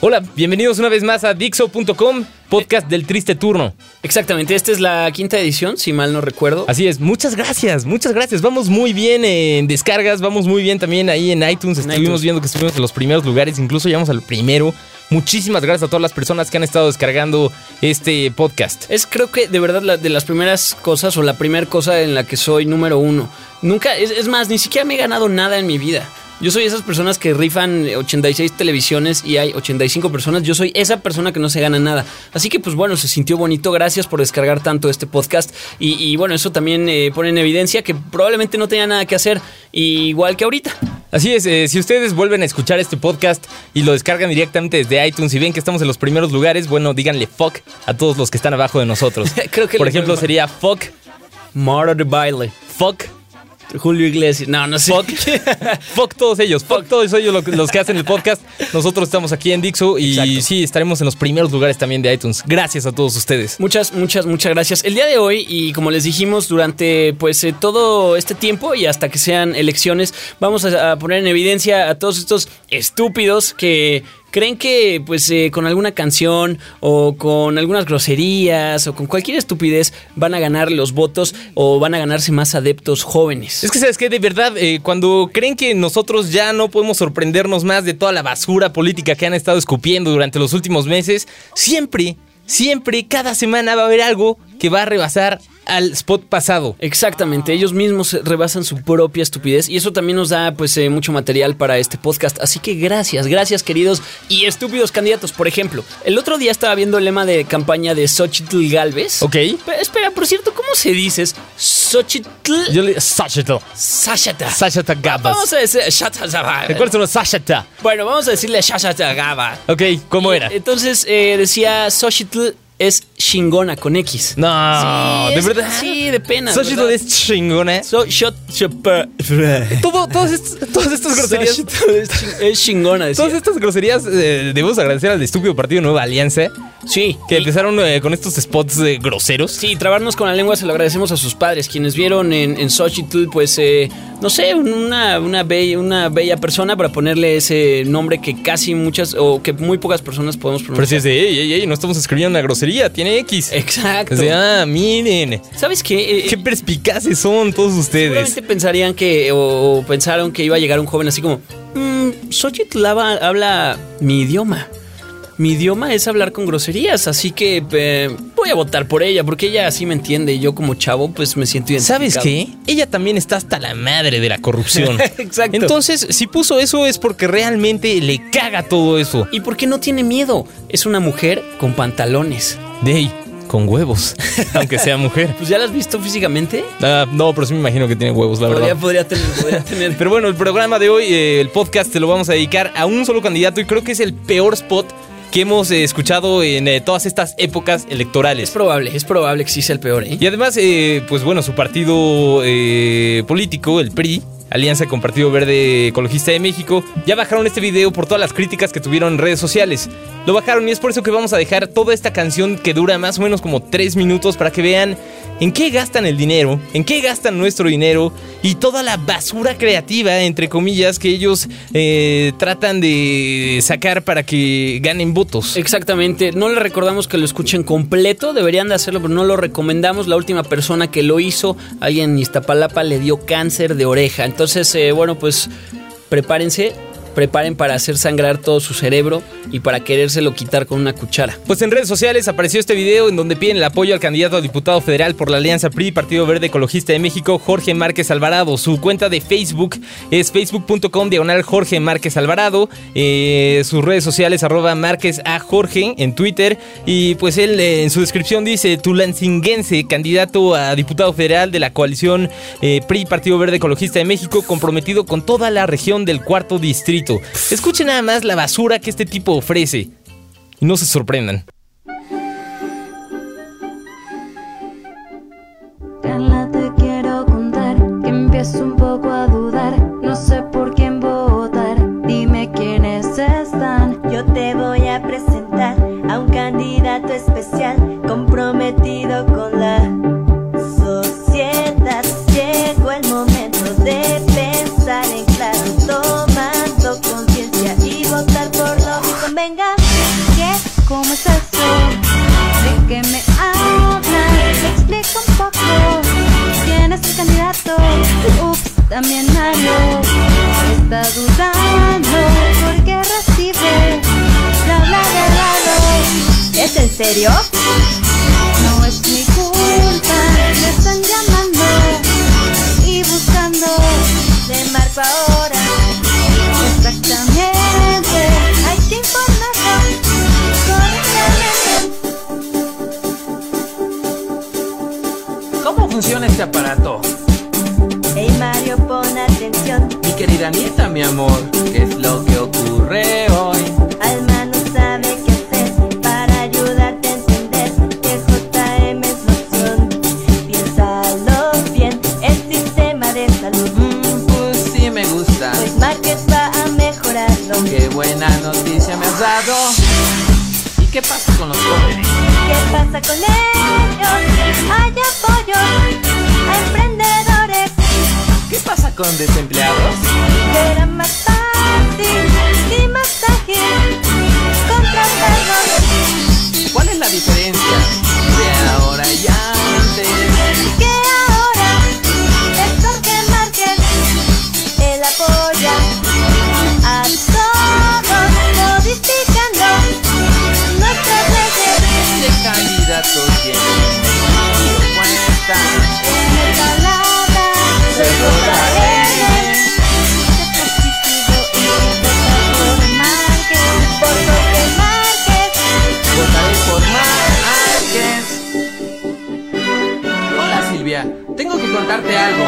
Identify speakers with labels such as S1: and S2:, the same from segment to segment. S1: Hola, bienvenidos una vez más a Dixo.com, podcast del triste turno.
S2: Exactamente, esta es la quinta edición, si mal no recuerdo.
S1: Así es, muchas gracias, muchas gracias. Vamos muy bien en descargas, vamos muy bien también ahí en iTunes.
S2: En
S1: Estuvimos
S2: iTunes.
S1: viendo que estuvimos en los primeros lugares, incluso llegamos al primero. Muchísimas gracias a todas las personas que han estado descargando este podcast.
S2: Es creo que de verdad la, de las primeras cosas o la primera cosa en la que soy número uno. Nunca, es, es más, ni siquiera me he ganado nada en mi vida. Yo soy esas personas que rifan eh, 86 televisiones y hay 85 personas. Yo soy esa persona que no se gana nada. Así que pues bueno, se sintió bonito. Gracias por descargar tanto este podcast. Y, y, bueno, eso también eh, pone en evidencia que probablemente no tenía nada que hacer. Igual que ahorita.
S1: Así es, eh, si ustedes vuelven a escuchar este podcast y lo descargan directamente desde iTunes y ven que estamos en los primeros lugares, bueno, díganle fuck a todos los que están abajo de nosotros.
S2: Creo que
S1: Por
S2: le-
S1: ejemplo, sería fuck,
S2: Mara de baile.
S1: fuck,
S2: Julio Iglesias. No, no sé.
S1: Fuck, fuck todos ellos, fuck, todos ellos lo- los que hacen el podcast. Nosotros estamos aquí en Dixo y
S2: Exacto.
S1: sí, estaremos en los primeros lugares también de iTunes. Gracias a todos ustedes.
S2: Muchas, muchas, muchas gracias. El día de hoy, y como les dijimos durante pues eh, todo este tiempo y hasta que sean elecciones, vamos a, a poner en evidencia a todos estos estúpidos que creen que pues eh, con alguna canción o con algunas groserías o con cualquier estupidez van a ganar los votos o van a ganarse más adeptos jóvenes.
S1: Es que, ¿sabes qué? De verdad, eh, cuando creen que nosotros ya no podemos sorprendernos más de toda la basura política que han estado escupiendo durante los últimos meses, siempre, siempre, cada semana va a haber algo que va a rebasar al spot pasado.
S2: Exactamente, ellos mismos rebasan su propia estupidez y eso también nos da pues eh, mucho material para este podcast. Así que gracias, gracias queridos y estúpidos candidatos. Por ejemplo, el otro día estaba viendo el lema de campaña de Xochitl Galvez.
S1: ¿Ok?
S2: Pero, espera, por cierto, ¿cómo se dice? ¿Es Xochitl
S1: Yo le... Sasheta.
S2: Sashata.
S1: Sasheta Gabas.
S2: Vamos a decir Sashata.
S1: ¿Recuerdas uno? Sasheta.
S2: Bueno, vamos a decirle Sashata Gaba.
S1: Ok, ¿cómo era?
S2: Entonces eh, decía Xochitl es chingona con X.
S1: No,
S2: Sí,
S1: de
S2: es-
S1: verdad.
S2: Sí, de pena.
S1: Xochitl
S2: ¿verdad?
S1: es chingona.
S2: So, shot,
S1: Todo, todos estos- todas estas groserías.
S2: es chingona, decía.
S1: Todas estas groserías eh, debemos agradecer al estúpido partido Nueva Alianza
S2: sí,
S1: que
S2: y-
S1: empezaron eh, con estos spots eh, groseros.
S2: sí, trabarnos con la lengua se lo agradecemos a sus padres, quienes vieron en, en Xochitl, pues, eh, no sé, una, una, bella, una bella persona para ponerle ese nombre que casi muchas, o que muy pocas personas podemos
S1: Pero
S2: pronunciar.
S1: si es de, ey, ey, ey, no estamos escribiendo una grosería, tiene X.
S2: Exacto.
S1: O sea, ah, miren,
S2: ¿Sabes qué? Eh,
S1: qué perspicaces son todos ustedes.
S2: Seguramente pensarían que, o, o pensaron que iba a llegar un joven así como, mmm, Xochitl haba- habla mi idioma. Mi idioma es hablar con groserías, así que eh, voy a votar por ella, porque ella así me entiende y yo como chavo pues me siento identificado.
S1: ¿Sabes qué? Ella también está hasta la madre de la corrupción.
S2: Exacto.
S1: Entonces, si puso eso es porque realmente le caga todo eso.
S2: ¿Y por qué no tiene miedo? Es una mujer con pantalones.
S1: Dey, con huevos, aunque sea mujer.
S2: Pues ya la has visto físicamente.
S1: Ah, no, pero sí me imagino que tiene huevos, la
S2: Podría,
S1: verdad.
S2: podría tener, podría tener.
S1: Pero bueno, el programa de hoy, eh, el podcast, te lo vamos a dedicar a un solo candidato y creo que es el peor spot que hemos eh, escuchado en eh, todas estas épocas
S2: Es
S1: electorales.
S2: probable, es probable que sí sea el peor, ¿eh?
S1: Y además, eh, pues bueno, su partido eh, político, el PRI, Alianza con Partido Verde Ecologista de México, ya bajaron este video por todas las críticas que tuvieron en redes sociales. Lo bajaron y es por eso que vamos a dejar toda esta canción que dura más o menos como tres minutos para que vean en qué gastan el dinero, en qué gastan nuestro dinero y toda la basura creativa, entre comillas, que ellos eh, tratan de sacar para que ganen votos.
S2: Exactamente, no le recordamos que lo escuchen completo, deberían de hacerlo, pero no lo recomendamos. La última persona que lo hizo, alguien en Iztapalapa, le dio cáncer de oreja. Entonces, eh, bueno, pues prepárense, preparen para hacer sangrar todo su cerebro y para querérselo quitar con una cuchara.
S1: Pues en redes sociales apareció este video en donde piden el apoyo al candidato a diputado federal por la Alianza PRI Partido Verde Ecologista de México, Jorge Márquez Alvarado. Su cuenta de Facebook es facebook.com diagonal Jorge Márquez Alvarado. Eh, sus redes sociales arroba Márquez a Jorge en Twitter. Y pues él eh, en su descripción dice, Tulancinguense, candidato a diputado federal de la coalición eh, PRI Partido Verde Ecologista de México, comprometido con toda la región del cuarto distrito. Escuchen nada más la basura que este tipo ofrece. Y no se sorprendan.
S3: voy a presentar a un candidato especial comprometido con la sociedad. Llegó el momento de pensar en claro, tomando conciencia y votar por lo que convenga. ¿Qué? ¿Cómo es eso? ¿De qué me hablas? Me explico un poco. ¿Quién es el candidato? Ups, también Mario está dudando porque recibe la bla de ¿Es en serio? No es mi culpa, me están llamando y buscando. de marco ahora. Exactamente, hay que informarlo correctamente.
S4: ¿Cómo funciona este aparato?
S3: Hey Mario, pon atención.
S4: Mi querida nieta, mi amor, ¿qué es lo que ocurre hoy?
S3: Alma no sabe qué hacer para ayudarte a entender que JM es la opción. Piénsalo bien, el sistema de salud.
S4: Mmm, pues sí me gusta.
S3: Pues Market va a mejorarlo. ¿Qué
S4: Qué buena noticia me has dado. ¿Y qué pasa con los jóvenes?
S3: pasa con ellos? Hay apoyo a emprendedores.
S4: ¿Qué pasa con desempleados?
S3: Será más fácil y más ágil contratarlos.
S4: ¿Cuál es la diferencia de ahora y antes?
S3: Que ahora es Jorge Márquez, él apoya a todos modificando nuestras leyes.
S4: ¿Qué candidato tiene? Cuenta.
S3: En palabra se votaré. Sé positivo y votar por Márquez, por Jorge Márquez.
S4: Votaré por Márquez. Hola Silvia, tengo que contarte algo.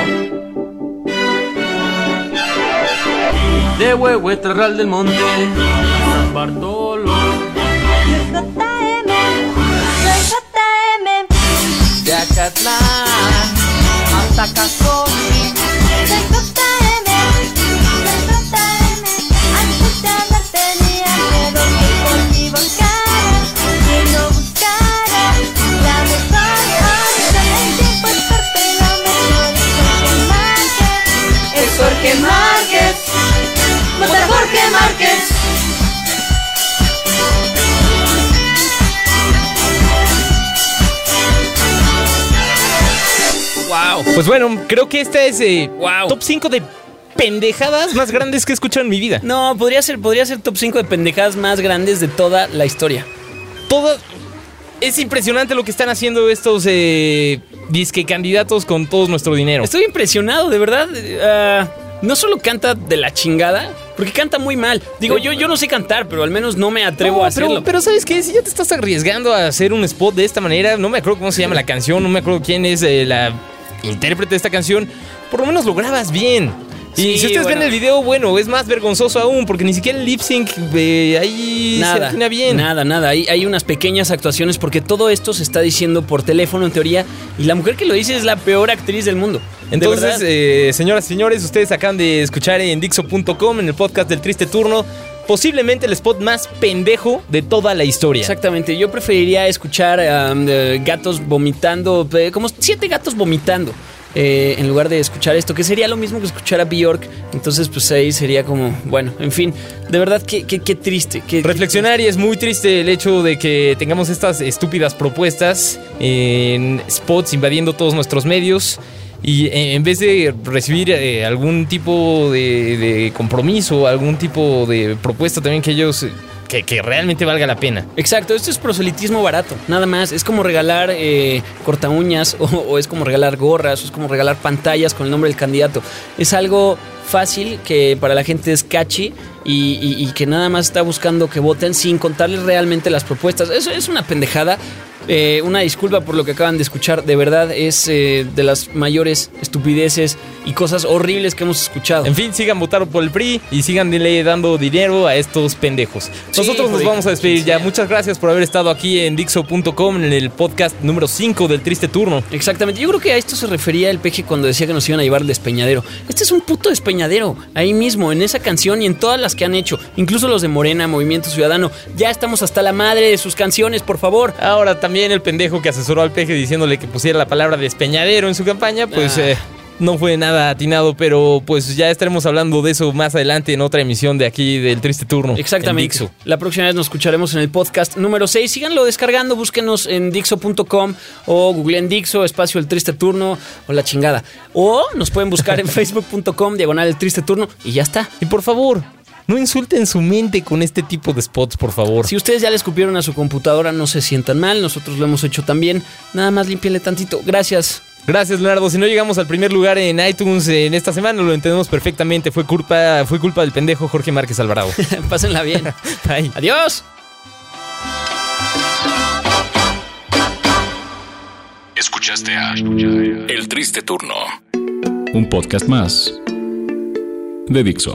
S4: De Huehuetarral del Monte, San Bartolo.
S3: JM, soy JM,
S4: De Acatlán hasta Cazote.
S3: soy JM, soy JM. Antes de andar tenía miedo que por ti volcara y no buscara la mejor opción. El tiempo es corto y lo mejor es Jorge Márquez. Es Jorge Márquez, vota Jorge Márquez.
S2: ¡Wow!
S1: Pues bueno, creo que esta es eh,
S2: Wow.
S1: top 5 de pendejadas más grandes que he escuchado en mi vida.
S2: No, podría ser, podría ser top 5 de pendejadas más grandes de toda la historia.
S1: Todo. Es impresionante lo que están haciendo estos eh, disque candidatos con todo nuestro dinero.
S2: Estoy impresionado, de verdad. eh, ah, no solo canta de la chingada, porque canta muy mal. Digo, yo, yo no sé cantar, pero al menos no me atrevo
S1: No,
S2: a
S1: pero,
S2: hacerlo.
S1: pero ¿sabes qué? Si ya te estás arriesgando a hacer un spot de esta manera, no me acuerdo cómo se llama la canción, no me acuerdo quién es eh, la intérprete de esta canción, por lo menos lo grabas bien. Y
S2: Sí,
S1: si ustedes
S2: bueno.
S1: ven el video, bueno, es más vergonzoso aún, porque ni siquiera el lip sync eh, ahí se
S2: nada,
S1: atina bien.
S2: nada, nada. Hay, hay unas pequeñas actuaciones porque todo esto se está diciendo por teléfono en teoría y la mujer que lo dice es la peor actriz del mundo. De
S1: Entonces,
S2: verdad.
S1: eh, señoras y señores, ustedes acaban de escuchar en Dixo.com, en el podcast del Triste Turno, posiblemente el spot más pendejo de toda la historia.
S2: Exactamente, yo preferiría escuchar um, eh, gatos vomitando, eh, como siete gatos vomitando, eh, en lugar de escuchar esto, que sería lo mismo que escuchar a Bjork. Entonces, pues ahí sería como, bueno, en fin, de verdad, qué, qué, qué triste. qué-
S1: Reflexionar y es muy triste el hecho de que tengamos estas estúpidas propuestas en spots invadiendo todos nuestros medios y eh, en vez de recibir eh, algún tipo de, de compromiso, algún tipo de propuesta también que ellos, eh, que, que realmente valga la pena.
S2: Exacto, esto es proselitismo barato, nada más. Es como regalar eh, corta uñas o, o es como regalar gorras o es como regalar pantallas con el nombre del candidato. Es algo fácil que para la gente es catchy y, y- y que nada más está buscando que voten sin contarles realmente las propuestas. Eso es una pendejada. Eh, una disculpa por lo que acaban de escuchar, de verdad es eh, de las mayores estupideces y cosas horribles que hemos escuchado.
S1: En fin, sigan votando por el PRI y sigan dando dinero a estos pendejos.
S2: Sí,
S1: Nosotros nos
S2: güey,
S1: vamos a despedir
S2: sí.
S1: ya. Muchas gracias por haber estado aquí en Dixo.com en el podcast número 5 del Triste Turno.
S2: Exactamente. Yo creo que a esto se refería el peje cuando decía que nos iban a llevar al despeñadero. Este es un puto despeñadero. Ahí mismo, en esa canción y en todas las que han hecho. Incluso los de Morena, Movimiento Ciudadano. Ya estamos hasta la madre de sus canciones, por favor.
S1: Ahora también el pendejo que asesoró al peje diciéndole que pusiera la palabra despeñadero en su campaña, pues
S2: Ah.
S1: eh, no fue nada atinado, pero pues ya estaremos hablando de eso más adelante en otra emisión de aquí del Triste Turno. en
S2: Exactamente.
S1: Dixo.
S2: La próxima vez nos escucharemos en el podcast número 6. Síganlo descargando, búsquenos en Dixo.com o Google en Dixo, espacio El Triste Turno o la chingada. O nos pueden buscar en Facebook.com, diagonal El Triste Turno y ya está.
S1: Y por favor, no insulten su mente con este tipo de spots, por favor.
S2: Si ustedes ya le escupieron a su computadora, no se sientan mal. Nosotros lo hemos hecho también. Nada más límpiale tantito. Gracias.
S1: Gracias, Leonardo. Si no llegamos al primer lugar en iTunes en esta semana, lo entendemos perfectamente. Fue culpa, fue culpa del pendejo Jorge Márquez Alvarado.
S2: Pásenla bien.
S1: Ay.
S2: Adiós.
S5: Escuchaste a El Triste Turno. Un podcast más de Dixo.